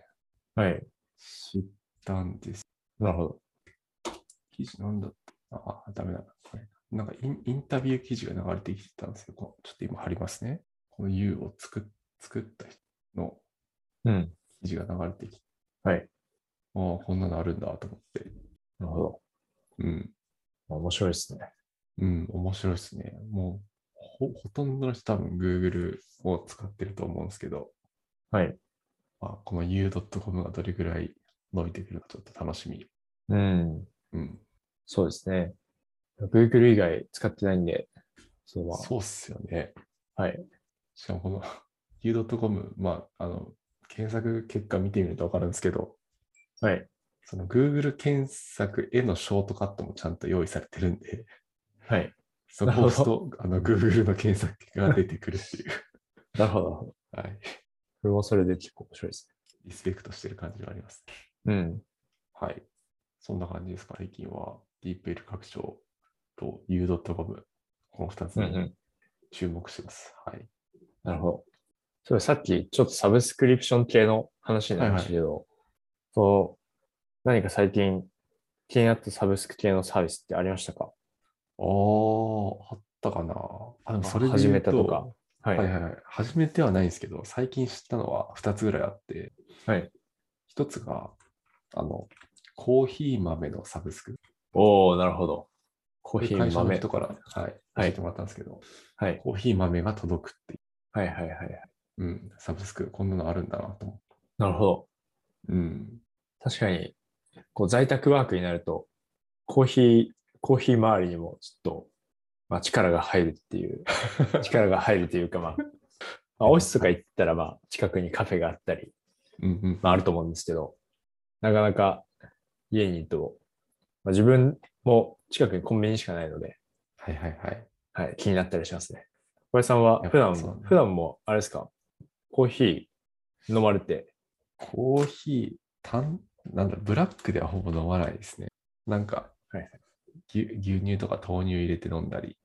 Speaker 2: はい。
Speaker 1: 知ったんです。
Speaker 2: なるほど。
Speaker 1: 記事なんだったあ、ダメだ。これなんかインインタビュー記事が流れてきてたんですよ。こうちょっと今貼りますね。この U を作っ作った人の
Speaker 2: うん。
Speaker 1: 記事が流れてきて。
Speaker 2: はい。
Speaker 1: ああ、こんなのあるんだと思って。
Speaker 2: なるほど。
Speaker 1: うん。
Speaker 2: 面白いですね。
Speaker 1: うん、面白いですね。もうほ、ほとんどの人多分 Google を使ってると思うんですけど、
Speaker 2: はい。
Speaker 1: まあ、この U.com がどれぐらい伸びてくるかちょっと楽しみ。
Speaker 2: うん。
Speaker 1: うん。
Speaker 2: そうですね。Google 以外使ってないんで、そうは。
Speaker 1: そうっすよね。
Speaker 2: はい。
Speaker 1: しかもこの U.com、まあ、あの、検索結果見てみると分かるんですけど、
Speaker 2: はい。
Speaker 1: その Google 検索へのショートカットもちゃんと用意されてるんで、
Speaker 2: はい。
Speaker 1: そこを押す
Speaker 2: な
Speaker 1: とあの Google の検索結果が出てくるっていう、
Speaker 2: なるほど。
Speaker 1: はい、
Speaker 2: それもそれで結構面白いです
Speaker 1: リスペクトしてる感じがあります。
Speaker 2: ね。うん。
Speaker 1: はい。そんな感じですか、最近は。DeepL 拡張と U.com、この2つ
Speaker 2: うんう
Speaker 1: に
Speaker 2: ん。
Speaker 1: 注目してます。はい。
Speaker 2: なるほど。そう、さっきちょっとサブスクリプション系の話になりましたけど、そう、何か最近気になったサブスク系のサービスってありました
Speaker 1: あ
Speaker 2: か
Speaker 1: あ、あったかな。あ、でもそれで
Speaker 2: 始
Speaker 1: 言
Speaker 2: め
Speaker 1: う
Speaker 2: た
Speaker 1: と、
Speaker 2: とか。はい。
Speaker 1: はいはいはい。始めてはないんですけど、最近知ったのは2つぐらいあって、
Speaker 2: はい。
Speaker 1: 1つが、あの、コーヒー豆のサブスク。
Speaker 2: おおなるほど。
Speaker 1: コ
Speaker 2: コーヒー
Speaker 1: 会社の
Speaker 2: 豆。
Speaker 1: 人から、はい、教
Speaker 2: はい
Speaker 1: えてもらったんですけど、
Speaker 2: はい。
Speaker 1: コーヒー豆が届くってい
Speaker 2: はいはいはいはい。
Speaker 1: う、うん、サブスク、こんなのあるんだなと思
Speaker 2: なるほど。
Speaker 1: う。うん。
Speaker 2: 確かに、こう在宅ワークになると、コーヒー、コーヒー周りにもちょっと、まあ力が入るって いう、力が入るというかまあ、まあ、オフィスとか行ったらまあ近くにカフェがあったり、
Speaker 1: うんうん。
Speaker 2: まあ、あると思うんですけど、なかなか家にいると、まあ、自分も近くにコンビニしかないので、
Speaker 1: はいはいはい。
Speaker 2: はい、気になったりしますね。小林さんは
Speaker 1: やっ
Speaker 2: 普
Speaker 1: ぱ
Speaker 2: 段、
Speaker 1: そうね
Speaker 2: 普段もあれですか、コーヒー飲まれて、
Speaker 1: コーヒー、単なんだろう、ブラックではほぼ飲まないですね。なんか、
Speaker 2: はいはい
Speaker 1: 牛牛乳とか豆乳入れて飲んだり、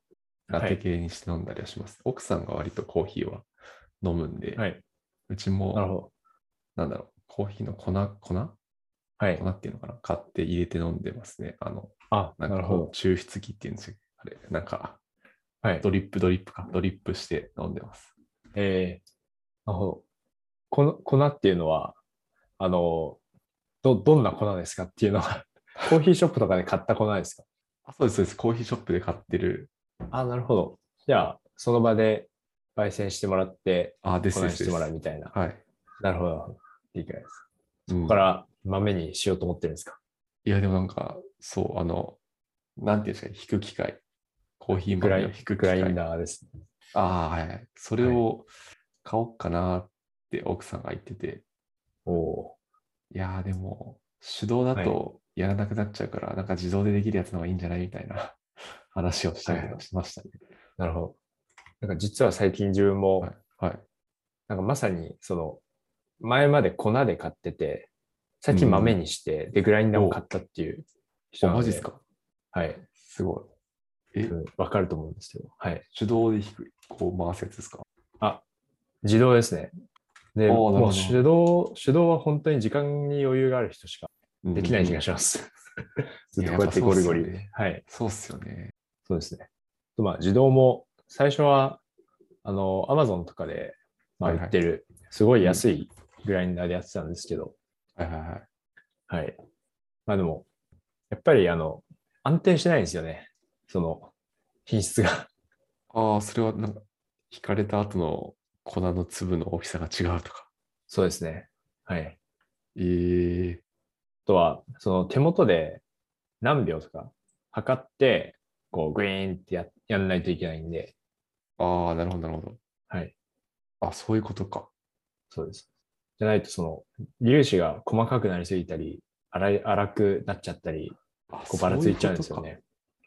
Speaker 1: ラ
Speaker 2: は
Speaker 1: テ
Speaker 2: い
Speaker 1: 系にして飲んだりはします。奥さんが割とコーヒーは飲むんで、
Speaker 2: はい、
Speaker 1: うち
Speaker 2: なる
Speaker 1: も、
Speaker 2: ほど。
Speaker 1: なんだろう、コーヒーの粉、粉
Speaker 2: はい
Speaker 1: 粉。っていうのかな買って入れて飲んでますね。あの、
Speaker 2: あ、
Speaker 1: な
Speaker 2: なん
Speaker 1: か
Speaker 2: るほ
Speaker 1: こ
Speaker 2: ど
Speaker 1: う、。抽出器っていうんですよ。あれ、なんか、
Speaker 2: はい。
Speaker 1: ドリップドリップか、ドリップして飲んでます。
Speaker 2: えー、なるほど。この粉っていうのは、あの、ど、どんな粉ですかっていう のは、コーヒーショップとかで買った粉ですか
Speaker 1: あ、そうです、そうです。コーヒーショップで買ってる。
Speaker 2: あ、なるほど。じゃあ、その場で焙煎してもらって、
Speaker 1: あ、ですで
Speaker 2: 粉に
Speaker 1: す
Speaker 2: し
Speaker 1: で
Speaker 2: て
Speaker 1: す。
Speaker 2: もらう
Speaker 1: は
Speaker 2: みたいな。
Speaker 1: い。
Speaker 2: なるほど。理解で
Speaker 1: う
Speaker 2: す。
Speaker 1: ん
Speaker 2: ここから豆にしようと思ってるんですか
Speaker 1: いや、でもなんか、そう、あの、なんていうんですか、引く機械。コーヒー
Speaker 2: グラ
Speaker 1: 豆を
Speaker 2: イン
Speaker 1: 引く機
Speaker 2: グライン
Speaker 1: 械。あ
Speaker 2: ダーです。
Speaker 1: あー、はいはい。それ
Speaker 2: はい
Speaker 1: を買おうかなって奥さんが言ってて、
Speaker 2: おお
Speaker 1: いやー、でも、手動だとやらなくなっちゃうから、なんか自動でできるやつの方がいいんじゃないみたいな 話をしたりとかしましたね。
Speaker 2: ー、なるほど。なんか実は最近自分も、
Speaker 1: はい。はい。
Speaker 2: なんかまさにその、前まで粉で買ってて、最近豆にして、で、グラインダーを買ったっていう人
Speaker 1: お、
Speaker 2: なの
Speaker 1: マジっすか
Speaker 2: はい。
Speaker 1: すごい。
Speaker 2: 多
Speaker 1: え、
Speaker 2: 分わかると思うんですけど。はい。
Speaker 1: 手動で引く、こう回すやつですか
Speaker 2: 自動ですね。
Speaker 1: おーな
Speaker 2: で、
Speaker 1: るほど
Speaker 2: もう手動、手動は本当に時間に余裕がある人しかできない気が
Speaker 1: し
Speaker 2: します。 ず
Speaker 1: うん
Speaker 2: っとこうやってゴリゴリ。
Speaker 1: いややっぱそうっすよね
Speaker 2: はい。
Speaker 1: そうっすよね。
Speaker 2: そうですね。とまあ、自動も、最初は、あの、アマゾンとかで、まあ、
Speaker 1: は
Speaker 2: 売
Speaker 1: いはい
Speaker 2: ってる、すごい安いグラインダーでやってたんですけど、
Speaker 1: はいはいはい。
Speaker 2: はい。まあでも、やっぱり、あの、安定しないんですよね。その、品質が。
Speaker 1: ああ、それはなんか、引かれた後の粉の粒の大きさが違うとか。
Speaker 2: そうですね。はい。
Speaker 1: ええ
Speaker 2: あとは、その手元で何秒とか測って、こう、グイーンってややんないといけないんで、
Speaker 1: ああ、なるほど、なるほど。
Speaker 2: はい。
Speaker 1: あ、そういうことか。
Speaker 2: そうです。じゃないと、その、粒子が細かくなりすぎたり、粗い粗くなっちゃったり、
Speaker 1: あ、
Speaker 2: こうばらついちゃうんですよね。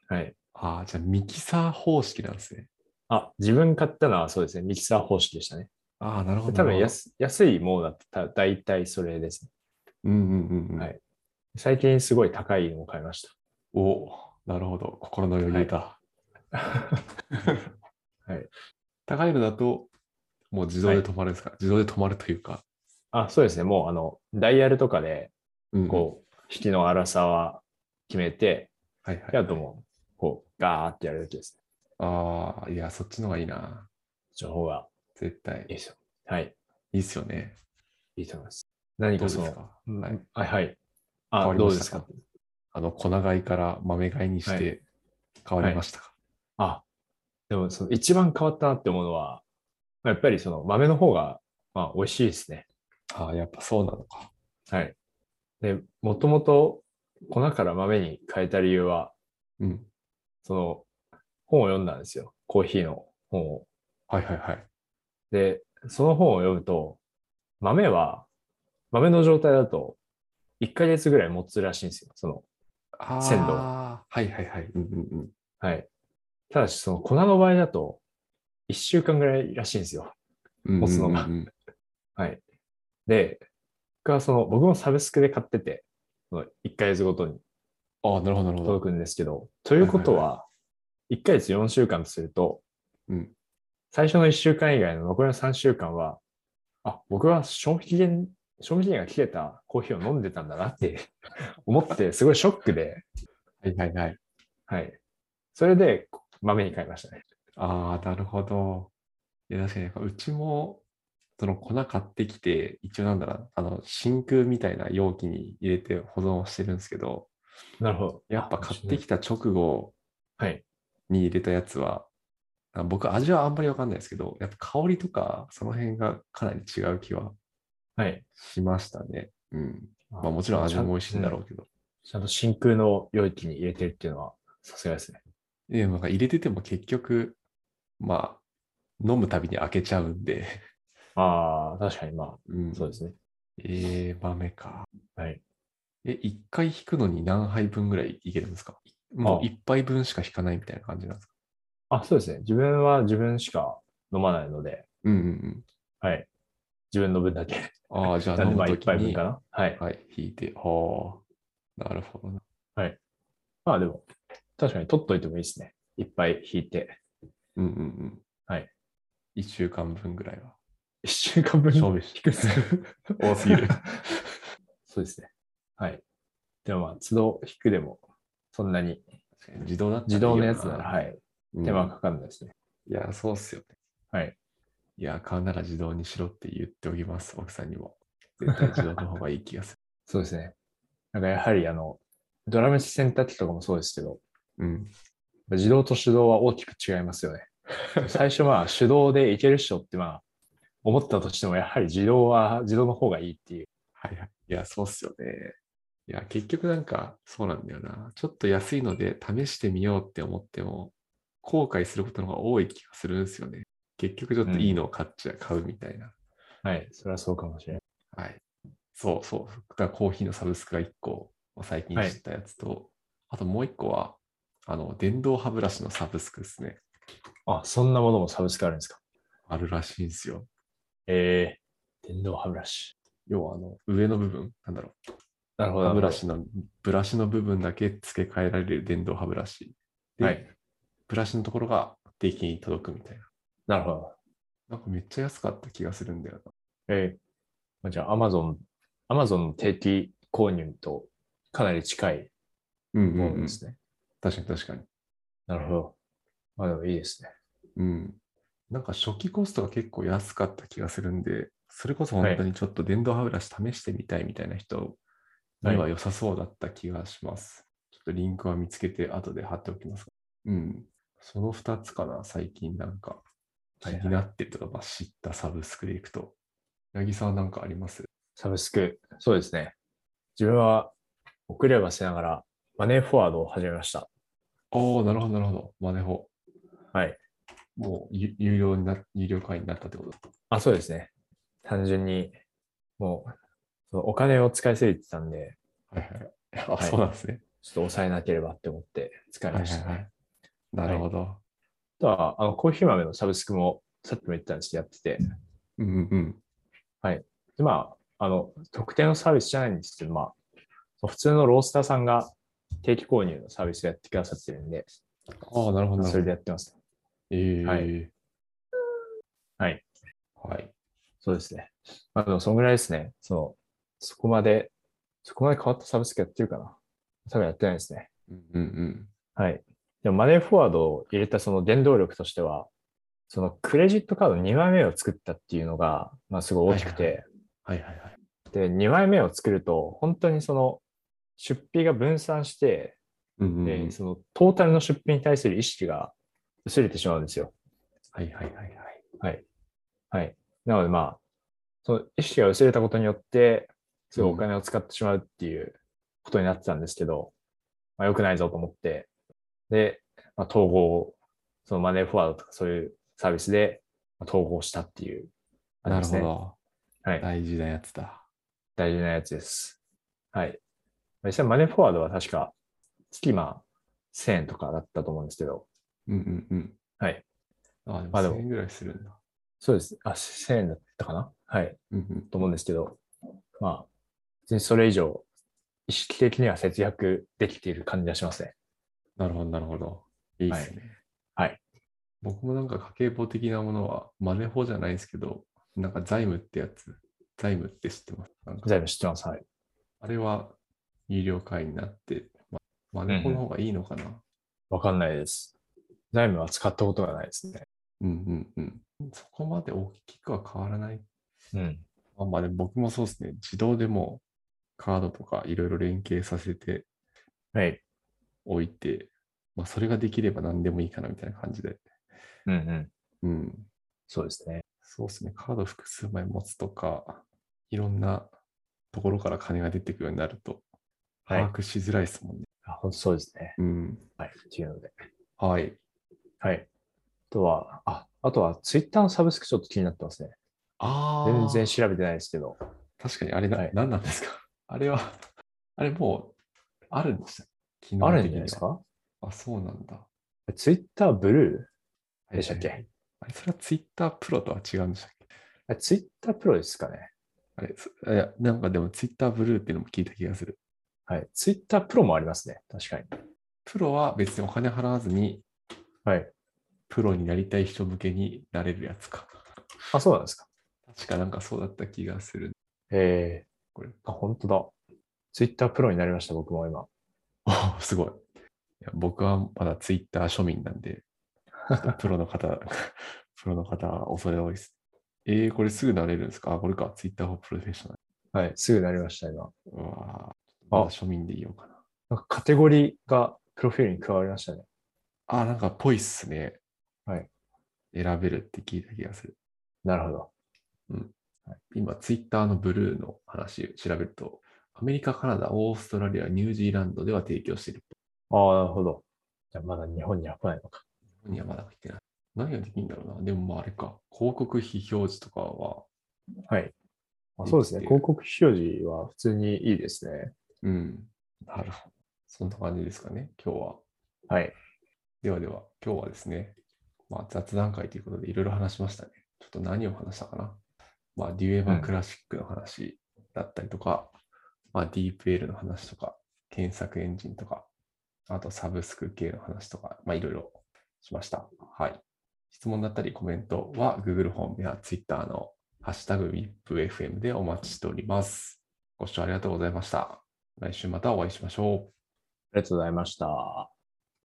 Speaker 2: はい。
Speaker 1: そういうことか。ああ、じゃあミキサー方式なんですね。
Speaker 2: あ、自分買ったのはそうですね。ミキサー方式でしたね。
Speaker 1: ああ、なるほど。
Speaker 2: 多分
Speaker 1: なるほ
Speaker 2: 安安いものだったら大体それですね。
Speaker 1: どうんうんうんうん。
Speaker 2: はい最近すごい高いのを買いまし
Speaker 1: おなるほど。心の余裕だ。
Speaker 2: た。はい
Speaker 1: 高いのだと、もう自動で止まるんですか、自動で止まるというか。
Speaker 2: あ、そうですね。もうあの、ダイヤルとかで、
Speaker 1: うん
Speaker 2: こう、引きの粗さは決めて、
Speaker 1: うん。はいはい。
Speaker 2: であともう、こう、ガーってやるだけですね。
Speaker 1: ああ、いや、そっちの方がいいな。
Speaker 2: そっちの方が
Speaker 1: 絶対。
Speaker 2: いいですよ。はい。
Speaker 1: いいっすよね。
Speaker 2: いいと思います。何
Speaker 1: どう
Speaker 2: か
Speaker 1: です
Speaker 2: その、
Speaker 1: かは
Speaker 2: はいい、はい。
Speaker 1: 変
Speaker 2: あ、
Speaker 1: わり
Speaker 2: ど
Speaker 1: ま
Speaker 2: うで
Speaker 1: し
Speaker 2: す
Speaker 1: たか
Speaker 2: か
Speaker 1: あの、粉買いから豆買いにし
Speaker 2: は
Speaker 1: て変わりましたか、
Speaker 2: あ、でもその一番変わったなって思うのは、まあやっぱりその豆の方が、まあ、美味しいですね。
Speaker 1: ああ、やっぱそうなのか。
Speaker 2: はい。で、もともと粉から豆に変えた理由は、
Speaker 1: うん。
Speaker 2: その本を読んだんですよ。コーヒーの本を。
Speaker 1: はいはいはい。
Speaker 2: で、その本を読むと、豆は、豆の状態だと、1ヶ月ぐらい持つらしいんですよ。その、
Speaker 1: あ
Speaker 2: 鮮度
Speaker 1: あ、はいはいはい。うんうんうん。
Speaker 2: はい。ただし、その粉の場合だと、1週間ぐらいらしいんですよ。
Speaker 1: うんうんうん
Speaker 2: 持つのが
Speaker 1: うん
Speaker 2: はい。で、僕はその、僕もサブスクで買ってて、その1ヶ月ごとに
Speaker 1: ああ、なるほどなるほど。
Speaker 2: 届くんですけど、ということは、1ヶ月4週間とすると、
Speaker 1: うん
Speaker 2: 最初の1週間以外の残りの3週間は、あ、僕は消費期限、賞味期限が切れたコーヒーを飲んでたんだなって思って、すごいショックで、
Speaker 1: はいはいはい。
Speaker 2: はい。それで豆に変えましたね。
Speaker 1: ああ、なるほど。いや、確かになんか、うちも、その粉買ってきて、一応なんだろう、あの、真空みたいな容器に入れて保存してるんですけど、
Speaker 2: なるほど。
Speaker 1: やっぱ買ってきた直後
Speaker 2: はい。
Speaker 1: に入れたやつは、あ僕、味はあんまりわかんないですけど、やっぱ香りとか、その辺がかなり違う気は
Speaker 2: はい。
Speaker 1: しましたね。うん。まあ、もちろん味も美味しいんだろ
Speaker 2: う。
Speaker 1: うけど。
Speaker 2: ちゃんと真空の容器に入れてるっていうのは、さすがですね。
Speaker 1: でもなんか入れてても結局、まあ、飲むたびに開けちゃうんで、
Speaker 2: ああ、確かにま
Speaker 1: うん
Speaker 2: あ、そうですね。
Speaker 1: えー、豆か。
Speaker 2: はい。
Speaker 1: え、1回引くのに何杯分ぐらいいけるんですかもう
Speaker 2: あ
Speaker 1: 1杯分しか引かないみたいな感じなんですか
Speaker 2: あ、そうですね。自分は自分しか飲まないので、
Speaker 1: うんうん
Speaker 2: はい。自分の分だけ。
Speaker 1: うん。ああ、じゃあ
Speaker 2: な
Speaker 1: 飲
Speaker 2: んで
Speaker 1: む
Speaker 2: まあ
Speaker 1: と
Speaker 2: 一
Speaker 1: き
Speaker 2: 杯分
Speaker 1: に、
Speaker 2: か
Speaker 1: は
Speaker 2: な。はい。
Speaker 1: い、引いて、はあ、なるほどな。
Speaker 2: まあでも、確かに取っといてもいいですね。いっぱい引いて、
Speaker 1: うんうんうん。
Speaker 2: はい。
Speaker 1: 1週間分ぐらいは。
Speaker 2: 1週間分
Speaker 1: 消
Speaker 2: 引
Speaker 1: 費し
Speaker 2: くんですね
Speaker 1: 多すぎる。
Speaker 2: そうですね。はい。でもまあ、都度引くでも、そんなに
Speaker 1: 自動だったらいいよな
Speaker 2: 自動のやつなら、はい。
Speaker 1: うん
Speaker 2: 手間かかんないですね。
Speaker 1: いや、そうっすよね。
Speaker 2: はい。
Speaker 1: いや、買うなら自動にしろって言っておきます、奥さんにも。絶対自動の方がいい気がす
Speaker 2: そうですね。なんかやはりあの、ドラム式洗濯機とかもそうですけど、
Speaker 1: る。うん。
Speaker 2: 自動と手動は大きく違います よね。最初まあ手動でいける人ってまあ、思ったとしても、やはり自動は自動の方がいいっていう。
Speaker 1: はいはい。いや、そうっすよね。いや、結局なんか、そうなんだよな。ちょっと安いので試してみようって思っても、後悔することの方が多い気がするんですよね。結局ちょっといいのを買っちゃ、う買うみたいな。
Speaker 2: はい。それはそうかもしれない。
Speaker 1: はい。そうそう。だからコーヒーのサブスクが1個、最近
Speaker 2: はい
Speaker 1: 知ったやつと、あともう1個は、あの、電動歯ブラシのサブスクですね。
Speaker 2: あ、そんなものもサブスクあるんですか
Speaker 1: あるらしいんですよ。
Speaker 2: えー、電動歯ブラシ。
Speaker 1: 要はあの上の部分、なんだろ
Speaker 2: なるほ
Speaker 1: う、
Speaker 2: ど。
Speaker 1: 歯ブラ
Speaker 2: なる
Speaker 1: シの、ブラシの部分だけ付け替えられる電動歯ブラシ。で、
Speaker 2: ほど。はい。
Speaker 1: ブラシのところが定期に届くみたいな。
Speaker 2: なるほど。
Speaker 1: なんかめっちゃ安かった気がするんだよな。
Speaker 2: えーまあ、じゃあ、アマゾン、アマゾンの定期購入とかなり近い
Speaker 1: うん
Speaker 2: ものですね。
Speaker 1: 確かに確かに。
Speaker 2: なるほど。まあでもいいですね。
Speaker 1: うん。なんか初期コストが結構安かった気がするんで、それこそ本当にちょっと電動歯ブラシ試してみたいみたいな人には良さそうだった気がします。ちょっとリンクは見つけて後で貼っておきます。うん。その2つかな、最近なんか気
Speaker 2: はいはい
Speaker 1: になってるとか、まあ、知ったサブスクでいくと。八木さんはなんかあります
Speaker 2: サブスク。そうですね。自分は遅ればせながらマネーフォワードを始めました。
Speaker 1: おおなるほど、なるほど。マネホ。
Speaker 2: はい。
Speaker 1: もうゆ有料にな、有料会員になったってことだ。
Speaker 2: あ、そうですね。単純に、もう、そのお金を使いすぎてたんで、
Speaker 1: はい はい。あ、
Speaker 2: はい
Speaker 1: そうなんですね。
Speaker 2: ちょっと抑えなければって思って使いましたね。
Speaker 1: い。なるほど。
Speaker 2: あとは、あの、コーヒー豆のサブスクも、さっきも言ったんですけど、やってて、
Speaker 1: うんうんうん。
Speaker 2: でまあ、あの、特定のサービスじゃないんですけど、まあ、その普通のロースターさんが定期購入のサービスをやってくださってるんで、
Speaker 1: ああ、なるほど、なるほど。
Speaker 2: それでやってます。
Speaker 1: ええ
Speaker 2: ははい。
Speaker 1: はい。
Speaker 2: そうですね。まあ、でも、そんぐらいですね。その、そこまで、そこまで変わったサービスやってるかな。多分やってないですね。
Speaker 1: うんうん
Speaker 2: はい。でも、マネーフォワードを入れたその原動力としては、そのクレジットカード2枚目を作ったっていうのが、まあ、すごい大きくて、
Speaker 1: はいはいはいはい。
Speaker 2: で、2枚目を作ると、本当にその、出費が分散して、
Speaker 1: うんうんう
Speaker 2: で
Speaker 1: ん
Speaker 2: そのトータルの出費に対する意識が薄れてしまうんですよ。
Speaker 1: はいはいはいはい。
Speaker 2: はい。なのでまあ、その意識が薄れたことによって、すごいお金を使ってしまうっていうことになってたんですけど、まあ良くないぞと思って、で、まあ、統合を、そのマネーフォワードとかそういうサービスでまあ統合したっていう
Speaker 1: な
Speaker 2: 感
Speaker 1: る
Speaker 2: じ
Speaker 1: ほ
Speaker 2: ですね、
Speaker 1: ど。
Speaker 2: はい。
Speaker 1: 大事なやつだ。
Speaker 2: 大事なやつです。はい。実際マネーフォワードは確か月まあ1000円とかだったと思うんですけど、
Speaker 1: うんうんうん。
Speaker 2: はい。
Speaker 1: あ、でも
Speaker 2: まあでも
Speaker 1: 1000円ぐらいするんだ。
Speaker 2: そうです。あ、1000円だったかなはい。
Speaker 1: うんうん。
Speaker 2: と思うんですけど、まあ、別にそれ以上、意識的には節約できている感じがしますね。
Speaker 1: なるほど、なるほど。いいですね。
Speaker 2: はいはい
Speaker 1: 僕もなんか家計簿的なものは、マネ法じゃないですけど、なんか財務ってやつ、財務って知ってます。なんか
Speaker 2: 全部知ってます。はい。
Speaker 1: あれは有料会員になって、ま、マネ法の方がいいのかな、
Speaker 2: わかんないです。財務は使ったことがないですね。
Speaker 1: うん、うんうんうんそこまで大きくは変わらない。
Speaker 2: うん。
Speaker 1: まあまあでも僕もそうですね。自動でもうカードとかいろいろ連携させて
Speaker 2: はい。
Speaker 1: おいて、まあそれができれば何でもいいかなみたいな感じで。
Speaker 2: うんうん。
Speaker 1: うん。
Speaker 2: そうですね。
Speaker 1: そうですね、カード複数枚持つとか、いろんなところから金が出てくるようになると、
Speaker 2: はい
Speaker 1: 把。握しづらいですもんね。
Speaker 2: あ本当そうですね。
Speaker 1: うん。
Speaker 2: はい。っていうので。
Speaker 1: はい。
Speaker 2: はい。あとは、あ、あとは、ツイッターのサブスクちょっと気になってますね。
Speaker 1: あ
Speaker 2: 全
Speaker 1: 然
Speaker 2: 然調べてないですけど。
Speaker 1: 確かにあれな、
Speaker 2: はい
Speaker 1: 何なんですかあれは、あれもう、あるんでした機能
Speaker 2: あるん
Speaker 1: 的
Speaker 2: じゃ
Speaker 1: には
Speaker 2: ないですか
Speaker 1: あ、そうなんだ。
Speaker 2: ツイッターブル
Speaker 1: は
Speaker 2: ー
Speaker 1: い
Speaker 2: でしたっけ、
Speaker 1: あれ、それはツイッタープロとは違うんでしたっけ
Speaker 2: あツイッタープロですかね
Speaker 1: あれ、そいや、なんかでもツイッターブルーっていうのも聞いた気がする。
Speaker 2: はい。ツイッタープロもありますね。確かに。
Speaker 1: プロは別にお金払わずに、
Speaker 2: はい。
Speaker 1: プロになりたい人向けになれるやつか。
Speaker 2: あ、そうなんですか。
Speaker 1: 確かなんかそうだった気がする。
Speaker 2: ええ
Speaker 1: これ。
Speaker 2: あ、本当だ。ツイッタープロになりました、僕も今。
Speaker 1: お すごい。いや僕はまだツイッター庶民なんで、ちょっとプロの方、 プロの方は恐れ多いです。えー、これすぐ慣れるんですかあ、これか。ツイッターをプロフェッショナ
Speaker 2: はい。すぐなりました、今。
Speaker 1: ル。うわーまだ庶民でいようかな。
Speaker 2: なんかカテゴリーがプロフィールに加わりましたね。
Speaker 1: あー、なんかぽいっすね。
Speaker 2: はい。
Speaker 1: 選べるって聞いた気がする。
Speaker 2: なるほど。
Speaker 1: 今、ツイッターのブルーの話調べると、アメリカ、カナダ、オーストラリア、ニュージーランドでは提供している。
Speaker 2: ああ、なるほど。じゃあまだ日本には来ないのか。
Speaker 1: 日本にはまだ来てない。何ができるんだろうな。でもまああれか。広告費表示とかは、
Speaker 2: はい。
Speaker 1: できてる
Speaker 2: そうですね。広告費表示は普通にいいですね。
Speaker 1: うん。なるほど。そんな感じですかね、今日は。
Speaker 2: はい。
Speaker 1: ではでは、今日はですね、まあ、雑談会ということでいろいろ話しましたね。ちょっと何を話したかな。まあ、デュエマ
Speaker 2: うん
Speaker 1: クラシックの話だったりとか、まあ、ディープエールの話とか、検索エンジンとか、あとサブスク系の話とか、まあ、いろいろしました。はい。質問だったりコメントは Google フォームや Twitter のハッシュタグ WIPFM でお待ちしております。ご視聴ありがとうございました。来週またお会いしましょう。
Speaker 2: ありがとうございました。